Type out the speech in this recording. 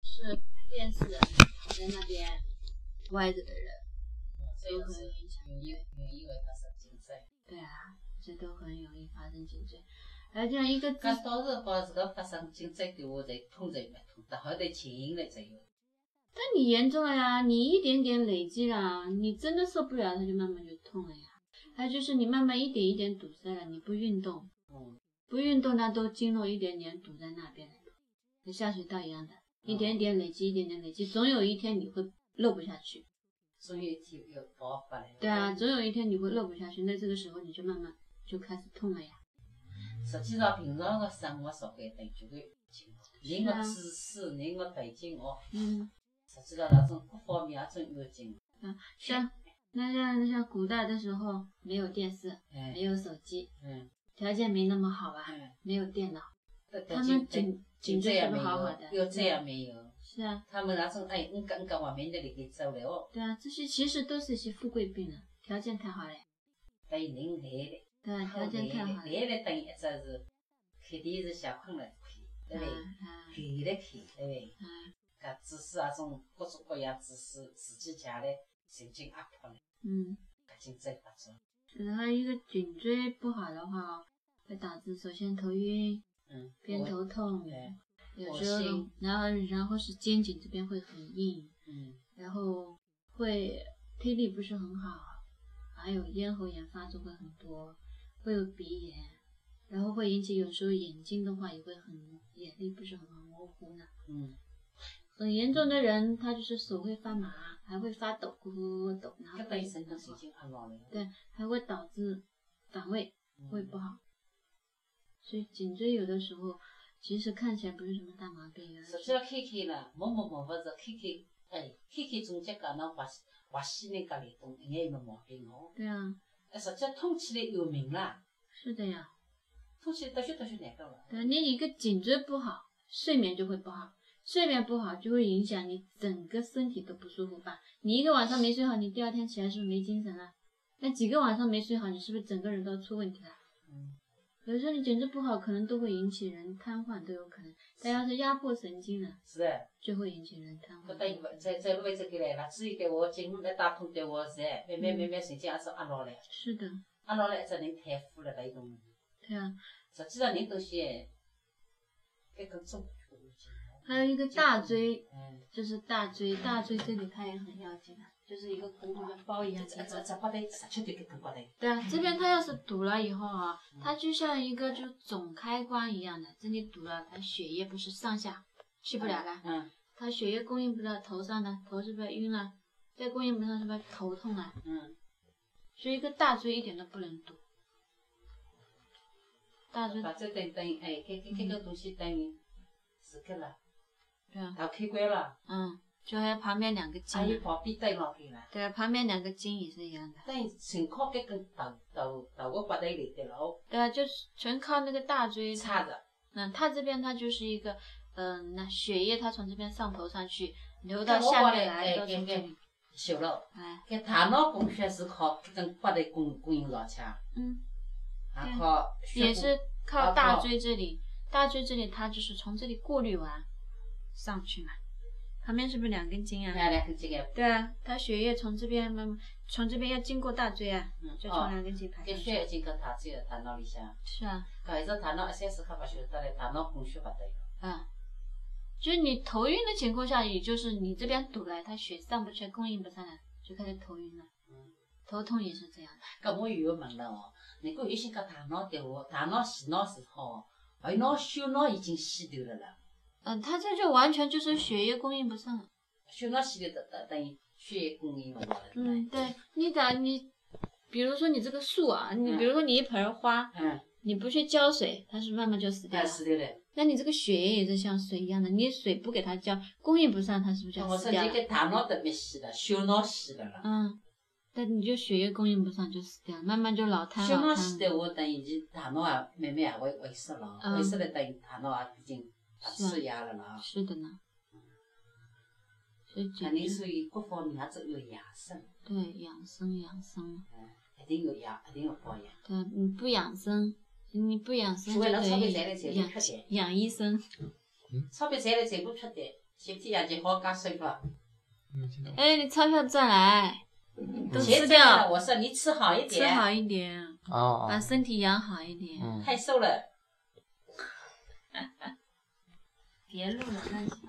就是电视人那边歪着的人，这个是影响有因有因为他是颈椎，对啊，这都很容易发生颈椎。而且一个噶姿到时候自家发生颈椎嘅话，就痛就唔痛，但好得前因咧就有。但你严重了呀，你一点点累积了，你真的受不了，它就慢慢就痛了呀。它就是你慢慢一点一点堵塞了，你不运动，嗯，不运动它都经络一点点堵在那边了，跟下水道一样的，一点点累积，一点点累积，总有一天你会漏不下去。所以就要爆发了。对啊，总有一天你会漏不下去，那这个时候你就慢慢就开始痛了呀。实际上平常个生活上嘅对住佢情况，人个知识，人个背景哦，嗯，实际上那种各方面也真要紧。像那像像古代的时候没有电视，哎没，有手机，嗯，条件没那么好吧，哎，没有电脑。他他们颈颈椎也是没不有好好的，，要这样没有。是啊，他们那种哎，我跟跟外面的里头走了哦，对啊，这些其实都是一些富贵病了，条件太好了，对人来的。对啊，条件太好了，来了等于一只是，肯定是想困了困，对啊不对？啊困了困，对不对？啊，搿知识啊，种各种各样知识，自己家嘞神经压迫了，嗯，搿经在发作。然后一个颈椎不好的话，会导致首先头晕、嗯，偏头痛，哎，有恶时候心然后然后是肩颈这边会很硬，嗯，然后会听力不是很好，还有咽喉炎发作会很多，会有鼻炎，然后会引起有时候眼睛的话也会很眼力不是很好模糊呢。嗯，很严重的人，他就是手会发麻，还会发抖，咕咕咕抖，然后搿等会于神经神经压迫了。嗯对，还啊会导致反胃，会不好。所以颈椎有的时候其实看起来不是什么大毛病，有的实际时候上开开了，没没办法是开开，哎，开开总结讲侬滑滑西人家里动一眼没毛病哦。对啊，哎，实际上痛起来有名啦，是的呀。痛起来得血得血难搞了。对，你一个颈椎不好，睡眠就会不好，睡眠不好就会影响你整个身体都不舒服吧。你一个晚上没睡好，你第二天起来是不是没精神了？那几个晚上没睡好，你是不是整个人都出问题了？嗯，有时候你颈椎不好，可能都会引起人瘫痪都有可能。但要是压迫神经了，是的。就会引起人瘫搿等于痪。在在路一直过来了，至于对我进门来打通对我侪慢慢慢慢神经也是压牢了，是的，压牢了一只人太富了，搿一种。对啊。实际上人东西，该跟中国有关。还有一个大椎，嗯，就是大椎，大椎这里它也很要紧的，啊就是一个跟这个包一一样只的一地方只一。只八对，十七对搿根八对。对啊，这边它要是堵了以后啊，它就像一个就总开关一样的，这里堵了，它血液不是上下去不了了，嗯它血液供应不到头上的，头是不是晕了？再供应不上是不是头痛了？嗯，所以一个大椎一点都不能堵，大椎反正等等于哎，搿搿搿个东西等于是搿了，对啊，头开关了，嗯，就还有旁边两个筋还有啊，旁边对牢去了，对啊，旁边两个筋也是一样的，等于全靠搿根头头头个八对里头咯，对啊，就是全靠那个大椎它插着，那它这边它就是一个，嗯、那血液它从这边上头上去，流再到往下外面来，哎都从哎这里，修了。哎，搿大脑供血是靠搿根骨头供供应上去啊，嗯，也靠血也是靠大包括椎这里，大椎这里它就是从这里过滤完上去嘛，旁边是不是两根筋供啊？哎两根筋个，对啊，它血液从这边慢慢从这边要经过大椎啊，嗯就从哦，两根筋排搿上去。血已经搿大椎个大脑里向，是啊，搿一只大脑一三四克勿晓得嘞，大脑供血勿得了，嗯。就是你头晕的情况下，也就是你这边堵了，它血上不去，供应不上来，就开始头晕了。嗯，头痛也是这样的。搿我又要问了哦，如果有些搿大脑的话，大脑洗脑是好，而脑小脑已经死掉了啦，嗯，他这就完全就是血液供应不上了。小脑死掉等等于血液供应勿到了，嗯，对，你打你，比如说你这个树啊，你比如说你一盆花，嗯，你不去浇水，它是慢慢就死掉哎了。死掉了，那你这个血液也是像水一样的，你水不给它浇，供应不上，它是不是就要嗯我死说掉你了？搿大脑都没死了，小脑死了啦。嗯，那你就血液供应不上就死掉了，慢慢就老瘫小老脑死瘫。的话，等于你大脑啊，慢慢也会萎缩了，嗯萎缩了等于大脑也已经是啊吃压了啦。是的呢。所以颈肯定椎所以各方面也都要养生，对养生养生，一定要养，一定要保养。对，啊你不养生，你不养生所就谓等能钞票于赚来，全部养缺点，养医生。钞票赚来全部缺点。前天也就好加睡吧。没有听到。哎，你钞票不再来，都前吃天掉我说你吃好一吃点，好一点，哦把哦，身体养好一点。嗯。太瘦了。别录了，那行吧。